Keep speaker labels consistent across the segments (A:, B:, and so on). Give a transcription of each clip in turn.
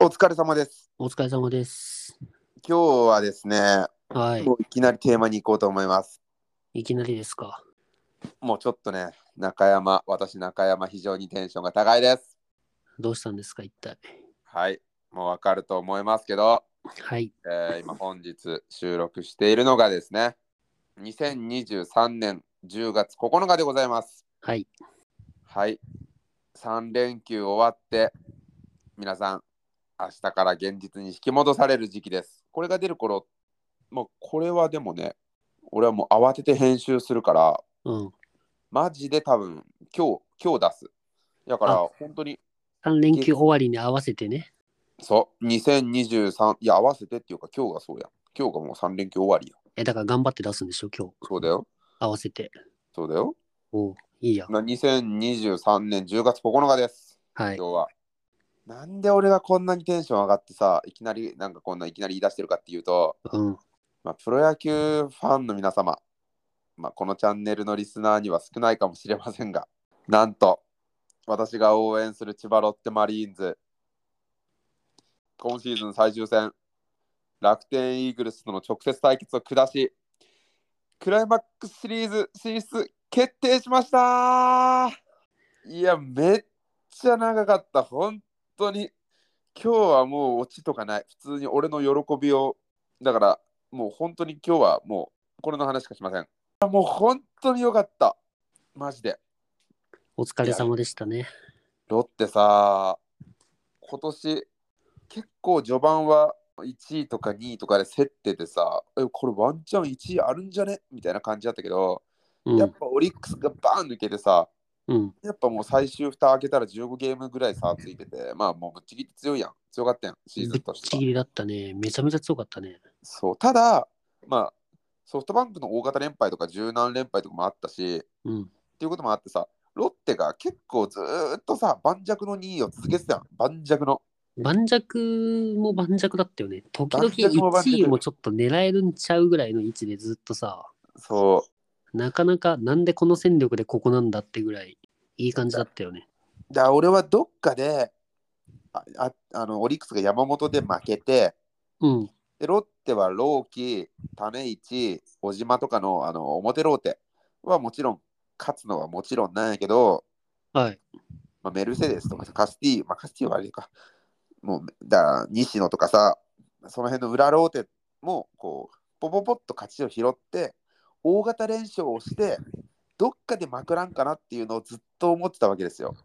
A: お疲れ様です。
B: お疲れ様です。
A: 今日はですね、
B: はい
A: も。ういきなりテーマに行こうと思います。
B: いきなりですか。
A: もうちょっとね、中山、私中山、非常にテンションが高いです。
B: どうしたんですか、一体。
A: はい、もうわかると思いますけど、
B: はい。
A: えー今本日収録しているのがですね、2023年10月9日でございます。
B: はい。
A: はい、3連休終わって、皆さん、明日から現実に引き戻される時期です。これが出る頃、もうこれはでもね、俺はもう慌てて編集するから、
B: うん。
A: マジで多分今日、今日出す。だから
B: あ
A: 本当に、
B: 3連休終わりに合わせてね。
A: そう、2023、いや、合わせてっていうか、今日がそうや。今日がもう3連休終わりや。
B: え、だから頑張って出すんでしょ、今日。
A: そうだよ。
B: 合わせて。
A: そうだよ。
B: おういいや。
A: な2023年10月9日です。
B: はい。
A: 今日は。なんで俺がこんなにテンション上がってさ、いきなり、なんかこんないきなり言い出してるかっていうと、
B: うん。
A: まあ、プロ野球ファンの皆様、まあ、このチャンネルのリスナーには少ないかもしれませんが、 なんと、私が応援する千葉ロッテマリーンズ、今シーズン最終戦、楽天イーグルスとの直接対決を下し、クライマックスシリーズ進出決定しましたいや、めっちゃ長かった、本当に。今日はもうオチとかない、普通に俺の喜びを、だから、もう本当に今日はもうこれの話しかしません。いやもう本当に良かった。マジで。
B: お疲れ様でしたね。
A: ロッテさ、今年結構序盤は1位とか2位とかで競っててさ、えこれワンチャン1位あるんじゃねみたいな感じだったけど、
B: う
A: やっ
B: ん。
A: ぱオリックスがバーン抜けてさ、
B: うん。
A: やっぱもう最終蓋開けたら15ゲームぐらい差ついてて、まあもうぶっちぎって強いやん。強かったやん、シーズ
B: ぶ
A: ン
B: っ
A: として
B: ち
A: は
B: ぎ。りだったね。めちゃめちゃ強かったね。
A: そうただ、まあ、ソフトバンクの大型連敗とか柔軟連敗とかもあったし、
B: うん。
A: っていうこともあってさ、ロッテが結構ずーっとさ、盤石の2位を続けてたの。盤石の。
B: 盤石も盤石だったよね。時々
A: 盤石も盤石
B: 1位もちょっと狙えるんちゃうぐらいの位置でずっとさ、
A: そ
B: なかなかなんでこの戦力でここなんだってぐらいいい感じだったよね。
A: う。だから俺はどっかで、あああのオリックスが山本で負けて、
B: うん。
A: でロッテはローキ、種市、小島とかのあの表ローテはもちろん勝つのはもちろんなんやけど、
B: はい。
A: まあ、メルセデスとかさカスティ、まあ、カスティはあれか、もうだから西野とかさ、その辺の裏ローテもこうポポポッと勝ちを拾って、大型連勝をして、どっかでまくらんかなっていうのをずっと思ってたわけですよ。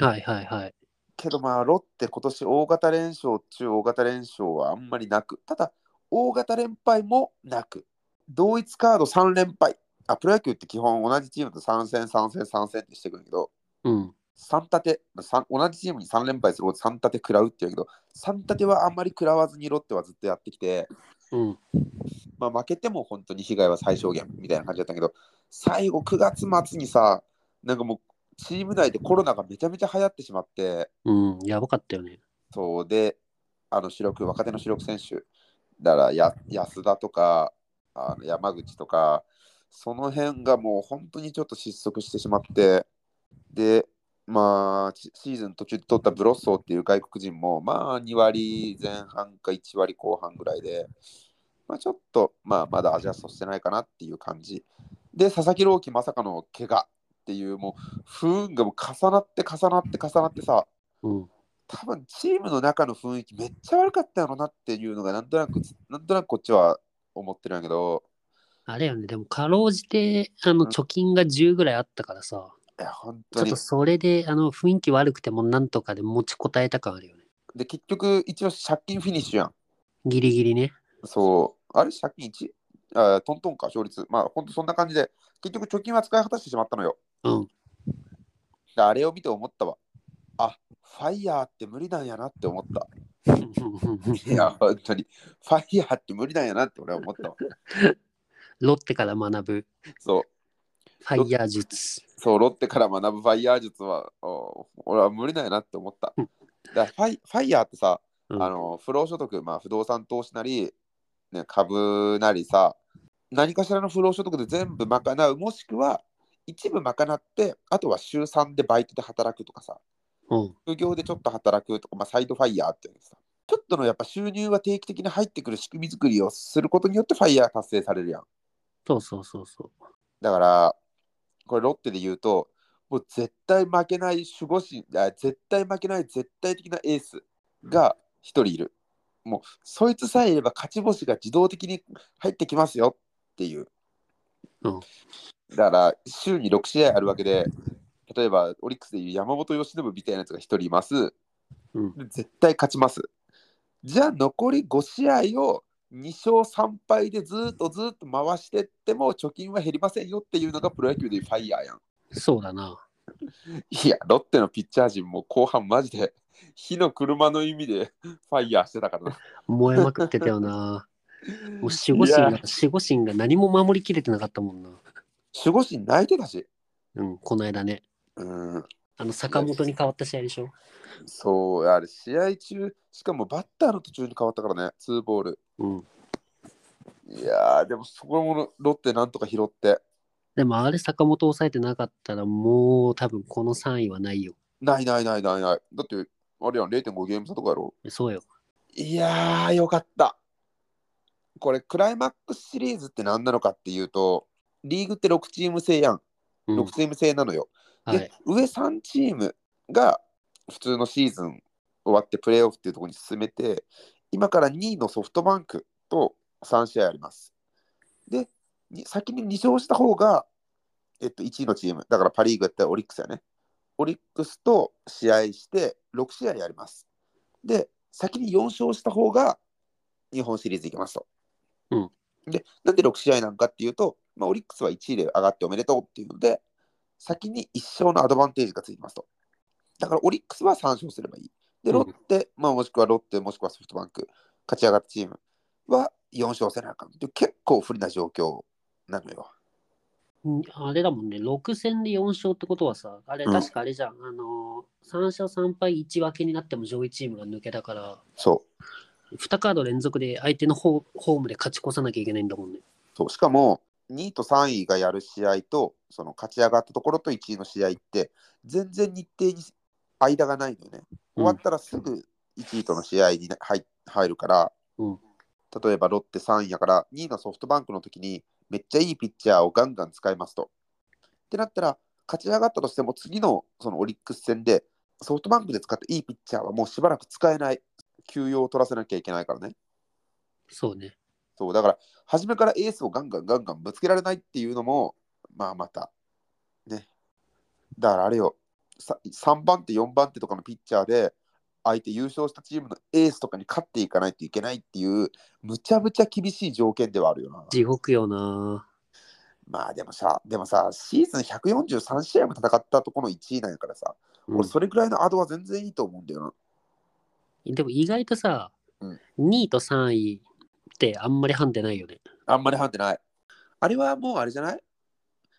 B: はいはいはい。
A: けどまあ、ロッテ今年大型連勝中大型連勝はあんまりなく、ただ大型連敗もなく、同一カード3連敗。あプロ野球って基本同じチームと3戦3戦3戦ってしてくるんだけど、
B: うん。
A: 三立て、三同じチームに3連敗すること3立て食らうって言うけど、3立てはあんまり食らわずにロッテはずっとやってきて、
B: うん。
A: まあ、負けても本当に被害は最小限みたいな感じだったけど、最後9月末にさ、なんかもうチーム内でコロナがめちゃめちゃ流行ってしまって、
B: うん。やばかったよね。
A: そうで、あの主力、若手の主力選手、だからや安田とかあの山口とか、その辺がもう本当にちょっと失速してしまって、で、まあ、シシーズン途中で取ったブロッソーっていう外国人も、まあ、2割前半か1割後半ぐらいで、まあ、ちょっと、まあ、まだアジャストしてないかなっていう感じ。で、佐々木朗希、まさかの怪我っていう、もう、不運がもう重なって重なって重なってさ、
B: うん。
A: 多分チームの中の雰囲気めっちゃ悪かったのなっていうのがなんとなくなんとなくこっちは思ってるんやけど
B: あれよね。でも、かろうじて、あの、
A: うん
B: 貯金が10ぐらいあったからさ、
A: いや本
B: ちょ
A: 当
B: っ
A: に
B: とそれで、あの、雰囲気悪くても、なんとかで持ちこたえた感あるよね。
A: で結局一応借金フィニッシュやん
B: ギリギリね。
A: そうあれ借金 1? あトントンか勝率まあ本当そんな感じで結局貯金は使い果たしてしまったのよ
B: うん。
A: であれを見て思ったわあファイヤーって無理なんやなって思ったいや本当にファイヤーって無理なんやなって俺は思ったわ
B: ロッテから学ぶ、
A: そう
B: ファイヤー術。
A: そう、ロッテから学ぶファイヤー術は、お俺は無理だよなって思った。だからファイファイヤーってさ、
B: うん
A: あの不労所得、まあ、不動産投資なり、ね、株なりさ、何かしらの不労所得で全部賄う、もしくは一部賄って、あとは週3でバイトで働くとかさ、
B: うん。
A: 副業でちょっと働くとか、まあ、サイドファイヤーっていうのさ、ちょっとのやっぱ収入が定期的に入ってくる仕組み作りをすることによってファイヤー達成されるやん。
B: そうそうそうそう。
A: だから、これロッテで言うと、もう絶対負けない守護神、あ絶対負けない絶対的なエースが一人いる。もうそいつさえいれば勝ち星が自動的に入ってきますよっていう。
B: うん
A: だから週に6試合あるわけで、例えばオリックスでいう山本由伸みたいなやつが一人います。
B: うん
A: で絶対勝ちます。じゃあ残り5試合を2勝3敗でずーっとずーっと回してっても貯金は減りませんよっていうのがプロ野球でいうファイヤーやん。
B: そうだな。
A: いや、ロッテのピッチャー陣も後半マジで火の車の意味でファイヤーしてたからな。
B: 燃えまくってた よな。もう守護神が、
A: い
B: 守
A: や
B: 護神が何も守りきれてなかったもんな。
A: 守護神泣いてたし。
B: うん、この間ね。
A: うん、
B: あの、坂本に変わった試合でしょ。
A: そう、あれ試合中、しかもバッターの途中に変わったからね、ツーボール。
B: うん。
A: いやー、でもそこもロッテなんとか拾って、
B: でも、あれ坂本抑えてなかったら、もう多分この3位はないよ。
A: ないないないないない。だって、あれやん、0.5ゲーム差とかやろ。
B: そうよ。
A: いやー、よかった。これ、クライマックスシリーズって何なのかっていうと、リーグって6チーム制やん。
B: うん、
A: 6チーム制なのよ。
B: は
A: で
B: い。、
A: 上3チームが普通のシーズン終わってプレーオフっていうところに進めて、今から2位のソフトバンクと3試合あります。で、に先に2勝した方が、えっと、1位のチーム、だからパ・リーグやったらオリックスやね。オリックスと試合して6試合やります。で、先に4勝した方が日本シリーズ行きますと。
B: うん
A: で、なんで6試合なんかっていうと、まあ、オリックスは1位で上がっておめでとうっていうので、先に1勝のアドバンテージがついてますと。だからオリックスは3勝すればいい。で、
B: うん
A: ロッテ、まあ、もしくはロッテ、もしくはソフトバンク、勝ち上がったチームは4勝せなあかんっていう結構不利な状況なのよ。
B: うんあれだもんね、6戦で4勝ってことはさ、あれ、
A: うん
B: 確かあれじゃん、あのー、3勝3敗1分けになっても上位チームが抜けたから、
A: そう。
B: 2カード連続で相手のホホームで勝ち越さなきゃいけないんだもんね。
A: そうしかも、2位と3位がやる試合と、その勝ち上がったところと1位の試合って、全然日程に間がないのよね。終わったらすぐ1位との試合に入入るから、
B: うん
A: 例えばロッテ3位やから2位のソフトバンクの時にめっちゃいいピッチャーをガンガン使いますと。ってなったら勝ち上がったとしても次のそのオリックス戦でソフトバンクで使ったいいピッチャーはもうしばらく使えない休養を取らせなきゃいけないからね。
B: そうね。
A: そうだから初めからエースをガンガンガンガンぶつけられないっていうのもまあまたねだからあれよさ3番手4番手とかのピッチャーで相手優勝したチームのエースとかに勝っていかないといけないっていうむちゃむちゃ厳しい条件ではあるよな
B: 地獄よな。
A: まあでもさでもさシーズン143試合も戦ったとこの1位なんやからさ、
B: うん
A: 俺それぐらいのアドは全然いいと思うんだよな
B: でも意外とさ、
A: うん
B: 2位と3位ってあんまりハンデないよね。
A: あんまりハンデない。あれはもうあれじゃない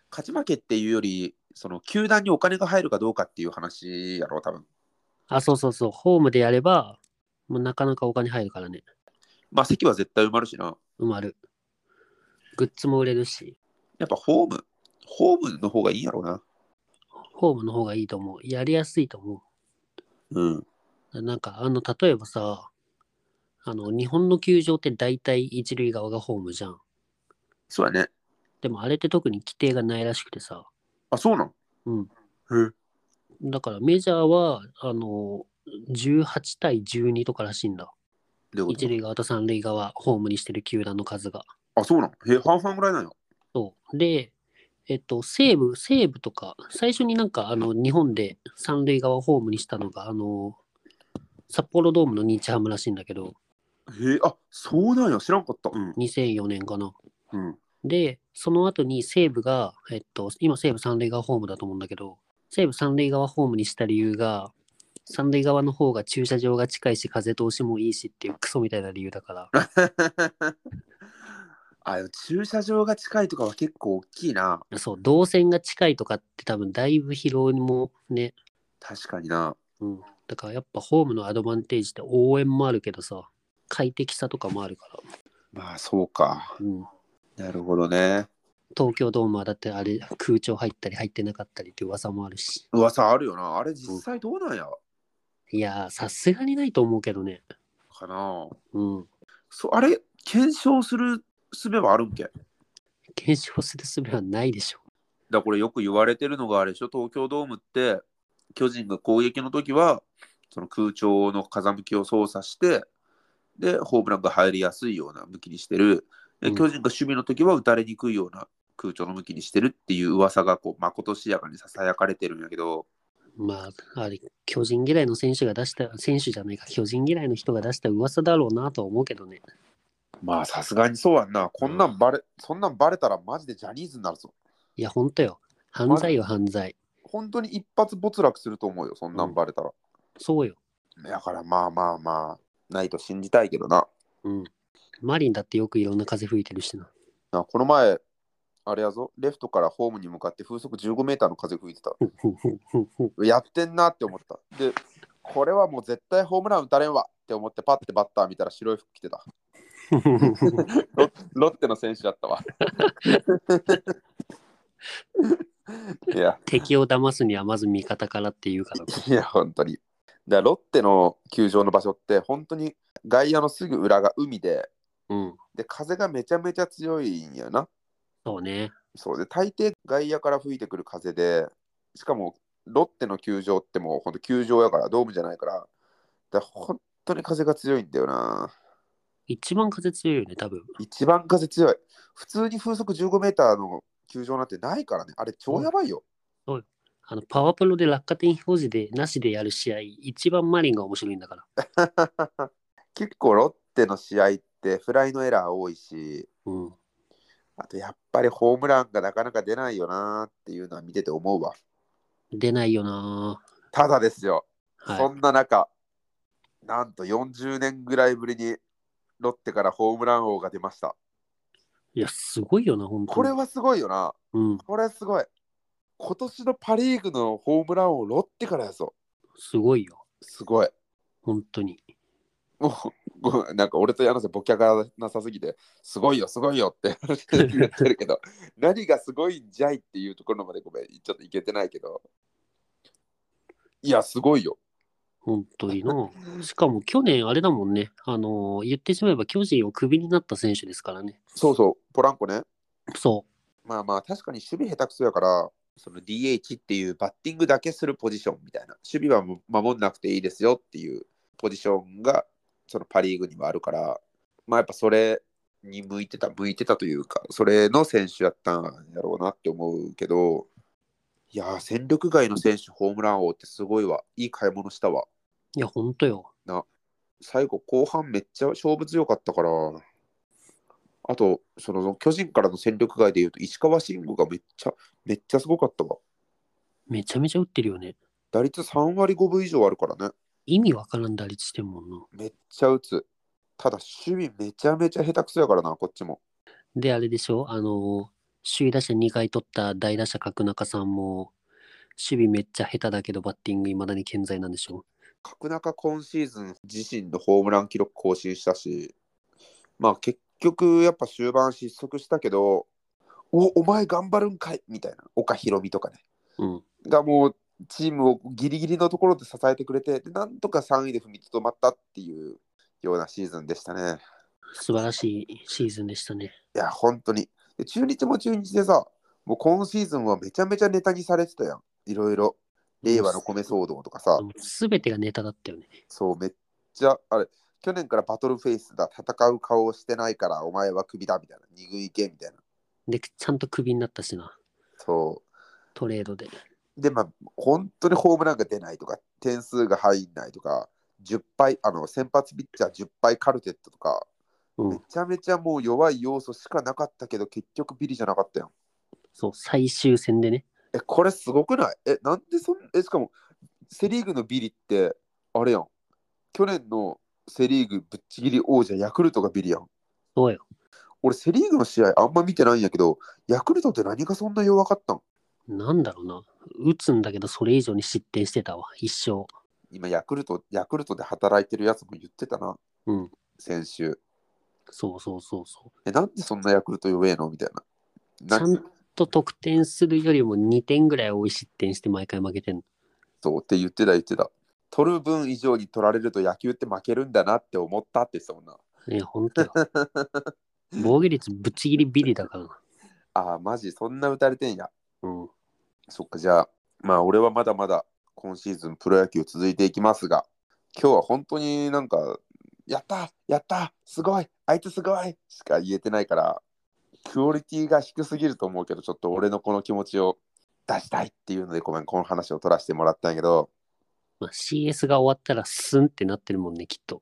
A: 勝ち負けっていうより、その球団にお金が入るかどうかっていう話やろ、多分
B: あ、そうそうそう、ホームでやれば、もうなかなかお金入るからね。
A: まあ席は絶対埋まるしな。
B: 埋まる。グッズも売れるし、
A: やっぱホーム、ホームの方がいいんやろうな。
B: ホームの方がいいと思う。やりやすいと思う。
A: うん。
B: なんかあの例えばさあの日本の球場って大体一塁側がホームじゃん
A: そうやね。
B: でもあれって特に規定がないらしくてさ
A: あ、そうなん
B: うん
A: へえ
B: だからメジャーはあの18対12とからしいんだ
A: どういうこと
B: 一塁側と三塁側ホームにしてる球団の数が
A: あ、そうなんへえ半々ぐらいなんや。
B: そうでえっと西武西武とか最初になんかあの日本で三塁側ホームにしたのがあの札幌ドームの日ハムらしいんだけど
A: へえあ、そうなんや。知らんかった。うん。
B: 2004年かな
A: うん。
B: で、その後に西武が、えっと、今西武三塁側ホームだと思うんだけど、西武三塁側ホームにした理由が、三塁側の方が駐車場が近いし、風通しもいいしっていうクソみたいな理由だから、
A: あ、でも駐車場が近いとかは結構大きいな。
B: そう、動線が近いとかって多分だいぶ疲労にもね、
A: 確かにな。
B: うん。だからやっぱホームのアドバンテージって応援もあるけどさ、快適さとかもあるから、
A: まあ、そうか。
B: うん。
A: なるほどね。
B: 東京ドームはだってあれ空調入ったり入ってなかったりって噂もあるし、
A: 噂あるよな。あれ実際どうなんや、
B: いやー、さすがにないと思うけどね。
A: かな
B: うん。
A: そあれ検証する術はあるんけ
B: 検証する術はないでしょ。
A: だからこれよく言われてるのがあれでしょ東京ドームって巨人が攻撃の時はその空調の風向きを操作してでホームランが入りやすいような向きにしてるで
B: うん
A: 巨人が守備の時は打たれにくいような空調の向きにしてるっていう噂がこうまことしやかにささやかれてるんやけど
B: まあ、あれ、巨人嫌いの選手が出した、選手じゃないか、巨人嫌いの人が出した噂だろうなとは思うけどね。
A: まあさすがにそうやんなこんなんバレ、そんなんバレたらマジでジャニーズになるぞ
B: いや、ほんとよ。犯罪よ、犯罪。
A: 本当に一発没落すると思うよそんなんバレたら、
B: そうよ。
A: だからまあまあまあないと信じたいけどな
B: うん。マリンだってよくいろんな風吹いてるし な。
A: なこの前、あれやぞ、レフトからホームに向かって風速15メーターの風吹いてた。
B: ふんふんふんふんふん
A: やってんなって思った。で、これはもう絶対ホームラン打たれんわって思って、パッてバッター見たら白い服着てた。ロロッテの選手だった わ。いや、
B: 敵を騙すにはまず味方からっていうから。
A: いや、本当に。だからロッテの球場の場所って、本当に外野のすぐ裏が海で、
B: うん。
A: で、風がめちゃめちゃ強いんやな。
B: そうね。
A: そうで大抵外野から吹いてくる風でしかもロッテの球場ってもうほんと球場やからドームじゃないからだ本当に風が強いんだよな
B: 一番風強いよね、多分。
A: 一番風強い普通に風速15メーターの球場なんてないからねあれ超やばいよ、
B: あの、パワプロで落下点表示でなしでやる試合、一番マリンが面白いんだから。
A: 結構ロッテの試合ってフライのエラー多いし
B: うん。
A: あとやっぱりホームランがなかなか出ないよなっていうのは見てて思うわ
B: 出ないよな
A: ただですよそ
B: は
A: んな中、なんと40年ぐらいぶりにロッテからホームラン王が出ました。
B: い。いや、すごいよな、本当に。
A: これはすごいよな。
B: うん。
A: これすごい。今年のパ・リーグのホームラン王、ロッテからやぞ。
B: すごいよ。
A: すごい。
B: 本当に。
A: もうごめんなんか俺と柳瀬ボキャがなさすぎて、すごいよ、すごいよって 言ってるけど、何がすごいんじゃいっていうところまでごめん、ちょっといけてないけど。いや、すごいよ。
B: 本当にな。しかも去年、あれだもんね。あのー言ってしまえば巨人をクビになった選手ですからね。
A: そうそう、ポランコね。
B: そ
A: まあまあ確かに守備下手くそやから、その DH っていうバッティングだけするポジションみたいな、守備はもう守んなくていいですよっていうポジションがそのパ・リーグにはあるから、まあやっぱそれに向いてた、向いてたというか、それの選手やったんやろうなって思うけど、いやー、戦力外の選手、ホームラン王ってすごいわ、いい買い物したわ。
B: う。いや、本当よ。
A: 最後、後半めっちゃ勝負強かったから、あと、その巨人からの戦力外でいうと、石川慎吾がめっちゃ、めっちゃすごかったわ。
B: めちゃめちゃ打ってるよね。
A: 打率3割5分以上あるからね。
B: 意味わからん打率してるもんな。
A: めっちゃ打つ。ただ、守備めちゃめちゃ下手くそやからな、こっちも。
B: で、あれでしょあのー首位打者2回取った大打者角中さんも、守備めっちゃ下手だけど、バッティングいまだに健在なんでしょ
A: 角中今シーズン自身のホームラン記録更新したし、まあ結局やっぱ終盤失速したけど、お、お前頑張るんかいみたいな。岡ひろみとかね。
B: うん。
A: がもうチームをギリギリのところで支えてくれてでなんとか3位で踏みとどまったっていうようなシーズンでしたね。
B: 素晴らしいシーズンでしたね。
A: いや本当にで中日も中日でさもう今シーズンはめちゃめちゃネタにされてたやんいろいろ令和の米騒動とかさ
B: すべてがネタだったよね。
A: そうめっちゃあれ去年からバトルフェイスだ戦う顔をしてないからお前はクビだみたいな二軍行けみたいな
B: で、ちゃんとクビになったしな、
A: そう
B: トレードで。
A: で、まあ、本当にホームランが出ないとか、点数が入んないとか、10敗、あの、先発ピッチャー10敗カルテットとか、
B: う
A: め
B: ん。
A: ちゃめちゃもう弱い要素しかなかったけど、結局ビリじゃなかったよ。
B: そう、最終戦でね。
A: え、これすごくないえ、なんでそんえ、しかも、セ・リーグのビリって、あれやん。去年のセ・リーグぶっちぎり王者、ヤクルトがビリやん。
B: そうよ。
A: 俺、セ・リーグの試合あんま見てないんやけど、ヤクルトって何がそんな弱かったん
B: なんだろうな。打つんだけど、それ以上に失点してたわ、一生。
A: 今、ヤクルト、ヤクルトで働いてるやつも言ってたな、
B: うん。
A: 先週。
B: そうそうそうそ。
A: え、なんでそんなヤクルト弱えのみたいう
B: ち
A: な。
B: ゃ
A: なん
B: んと得点するよりも2点ぐらい多い失点して毎回負けてんの。
A: そうって言ってた言ってた。取る分以上に取られると野球って負けるんだなって思ったって言ってたもんな。
B: ね、本当よ。防御率ぶっちぎりビリだからな。
A: ああ、マジ、そんな打たれてんや。
B: うん。
A: そっか、じゃあ、まあ、俺はまだまだ今シーズンプロ野球続いていきますが、今日は本当になんか、やったやったすごいあいつすごいしか言えてないから、クオリティが低すぎると思うけど、ちょっと俺のこの気持ちを出したいっていうので、ごめん、この話を取らせてもらったんやけど、
B: まあ、CS が終わったらスンってなってるもんね、きっと。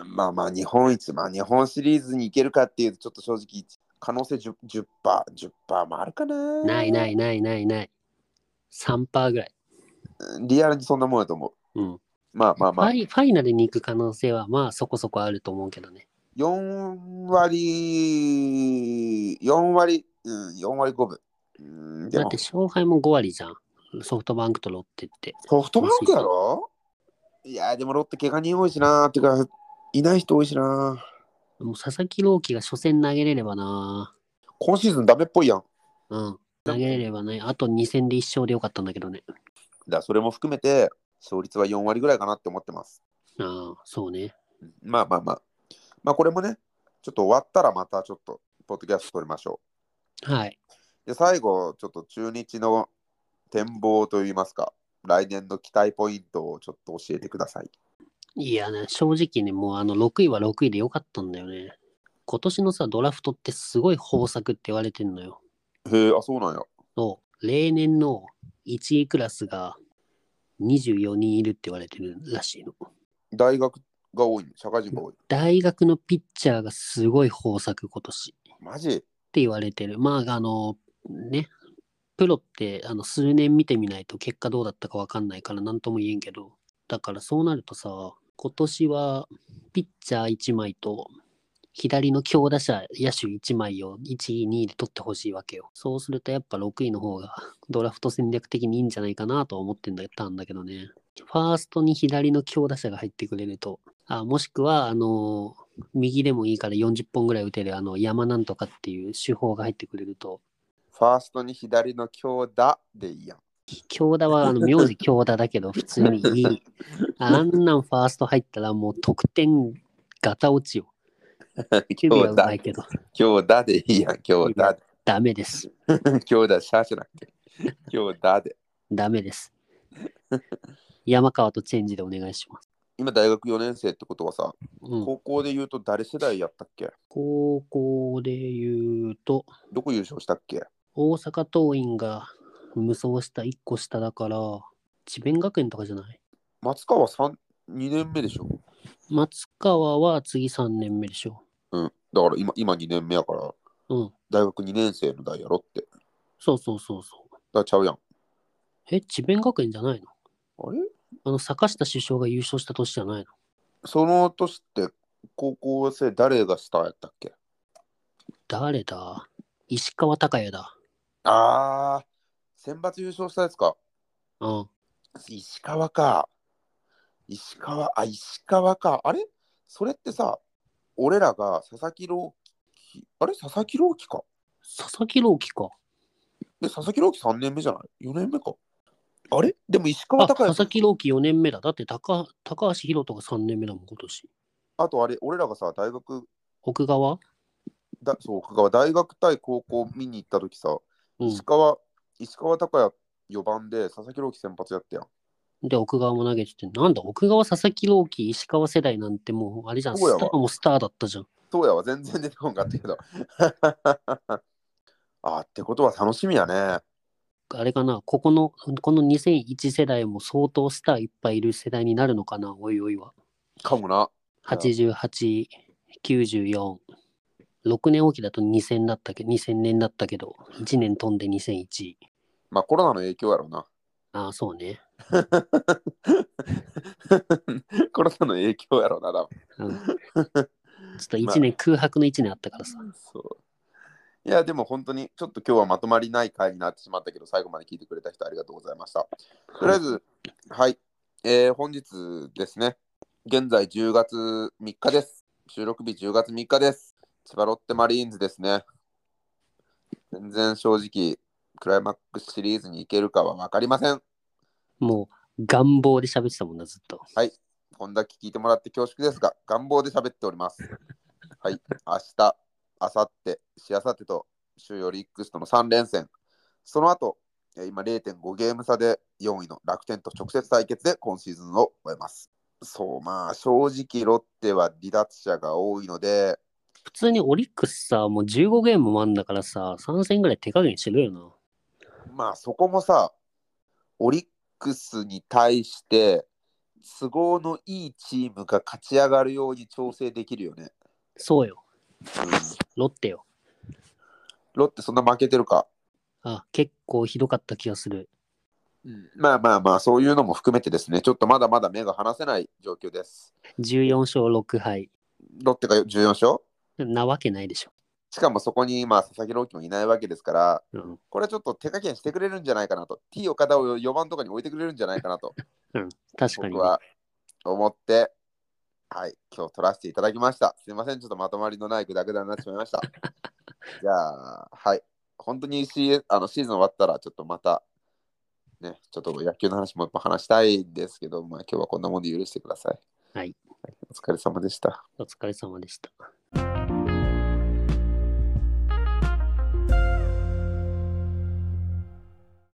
A: うんまあまあ、日本一、まあ、日本シリーズに行けるかっていうと、ちょっと正直、可能性 10%, 10%, 10%もあるかな
B: ないないないないない。3%ぐらい。
A: リアルにそんなもんやと思う。
B: うん。
A: まあまあまあ
B: ファ。イファイナルに行く可能性はまあそこそこあると思うけどね。
A: 4割、4割、うん、4割5分。うん、で
B: だっ
A: も
B: て、勝敗も5割じゃん。ソフトバンクとロッテって。
A: ソフトバンクやろいや、でもロッテ、怪我人多いしな。てか、いない人多いしな。
B: もう佐々木朗希が初戦投げれればな。
A: 今シーズンダメっぽいやん。
B: うん。投げれればね、あと2戦で1勝でよかったんだけどね。
A: だからそれも含めて、勝率は4割ぐらいかなって思ってます。
B: ああ、そうね。
A: うんまあまあまあ。まあ、これもね、ちょっと終わったらまたちょっと、ポッドキャスト撮りましょ
B: はい。
A: う。で、最後、ちょっと中日の展望といいますか、来年の期待ポイントをちょっと教えてください。
B: いやね、正直ね、もうあの6位は6位でよかったんだよね。今年のさ、ドラフトってすごい豊作って言われてんのよ。
A: へえ、あ、そうなんや。
B: そう。例年の1位クラスが24人いるって言われてるらしいの。
A: 大学が多い、社会人が多い。
B: 大学のピッチャーがすごい豊作今年っ
A: マジ
B: て言われてる。まあ、あの、ね、プロってあの数年見てみないと結果どうだったかわかんないから何とも言えんけど、だからそうなるとさ、今年はピッチャー1枚と左の強打者野手1枚を1位、2位で取ってほしいわけよ。そうするとやっぱ6位の方がドラフト戦略的にいいんじゃないかなとは思ってんだったんだけどね。ファーストに左の強打者が入ってくれると、あもしくは、あの右でもいいから40本ぐらい打てるあの山なんとかっていう手法が入ってくれると、
A: ファーストに左の強打でいいやん。
B: 強打はあの名字強打だけど普通にいい。あんなんファースト入ったらもう得点ガタ落ちよ。守備は
A: 強
B: う
A: 打
B: まいけど、
A: 強打でいいやん。強打。
B: ダメです。
A: 強打、シャーじゃなくて。強打で。
B: ダメです。山川とチェンジでお願いします。
A: 今、大学4年生ってことはさ、
B: うん、
A: 高校で言うと誰世代やったっけ
B: 高校で言うと、
A: どこ優勝したっけ
B: 大阪桐蔭が無双した1個下だから、智弁学園とかじゃない
A: 松川3、2年目でしょ。
B: 松川は次3年目でしょ。
A: うん。だから今、今2年目やから、
B: うん。
A: 大学2年生の代やろって。だか
B: そうそうそうそう。
A: らちゃうやん。
B: え、智弁学園じゃないの
A: あれ
B: あの、坂下首相が優勝した年じゃないの
A: その年って、高校生誰がスターやったっけ
B: 誰だ石川隆也だ。
A: ああ、選抜優勝したやつか。
B: うん。
A: 石川か。石川、あ、石川か。あれそれってさ、俺らが佐々木朗希、あれ佐々木朗希か。
B: 佐々木朗希か。
A: で、佐々木朗希3年目じゃない ?4 年目か。あれでも石川
B: あ、
A: 隆也
B: 佐々木朗希4年目だ。だって高高橋宏斗が3年目だもん、今年。
A: あとあれ、俺らがさ、大学、
B: 奥川
A: だそう、奥川大学対高校見に行った時さ、
B: うん
A: 石。川、石川隆也4番で佐々木朗希先発やったやん。
B: で、奥川も投げてて、なんだ、奥川、佐々木朗希、石川世代なんてもう、あれじゃん、
A: そうや
B: ス
A: わ
B: ターもスターだったじゃん。
A: そうやわ、全然出てこんかったけど。 あ、ってことは楽しみやね。
B: あれかな、ここの、この2001世代も相当スターいっぱいいる世代になるのかな、おいおいは。
A: かもな。
B: 88、94。6年おきだと2000だったけど、2000年だったけど、1年飛んで2001。
A: まあコロナの影響やろうな。
B: ああ、そうね。
A: コロナの影響やろうな、多分
B: うん、ちょっと1年、空白の1年あったからさ。
A: そう。いや、でも本当に、ちょっと今日はまとまりない回になってしまったけど、最後まで聞いてくれた人ありがとうございました。とりあえず、はい。えー本日ですね、現在10月3日です。収録日10月3日です。千葉ロッテマリーンズですね。全然正直、クライマックスシリーズに行けるかは分かりません。
B: もう、願望で喋ってたもんな、ずっと。
A: こんだけ聞いてもらって恐縮ですが、願望で喋っております。はい、明日、明後日、しあさってと、週よりックスとの3連戦。その後、えー今0.5ゲーム差で4位の楽天と直接対決で今シーズンを終えます。そう、まあ正直ロッテは離脱者が多いので、
B: 普通にオリックスさ、もう15ゲームもあんだからさ、3戦ぐらい手加減しろよな。
A: まあそこもさ、オリックスに対して都合のいいチームが勝ち上がるように調整できるよね。
B: そうよ、
A: うん、
B: ロッテよ。
A: ロッテそんな負けてるか。
B: あ、結構ひどかった気がする。
A: まあまあまあ、そういうのも含めてですね、ちょっとまだまだ目が離せない状況です。
B: 14勝6敗。
A: ロッテが14勝
B: なわけないでしょ。
A: しかもそこにまあ佐々木朗希もいないわけですから、
B: うん。
A: これちょっと手加減してくれるんじゃないかなと、T 岡田を4番とかに置いてくれるんじゃないかなと、
B: 確か
A: 僕
B: に、ね。
A: は思って、はい、今日取らせていただきました。すいません、ちょっとまとまりのないグダグダになってしまいま した。じゃあ、はい、本当にシーあのシーズン終わったら、ちょっとまた、ね、ちょっと野球の話もやっぱ話したいんですけど、まあ今日はこんなもんで許してください。
B: はい。
A: お疲れ様でした。
B: お疲れ様でした。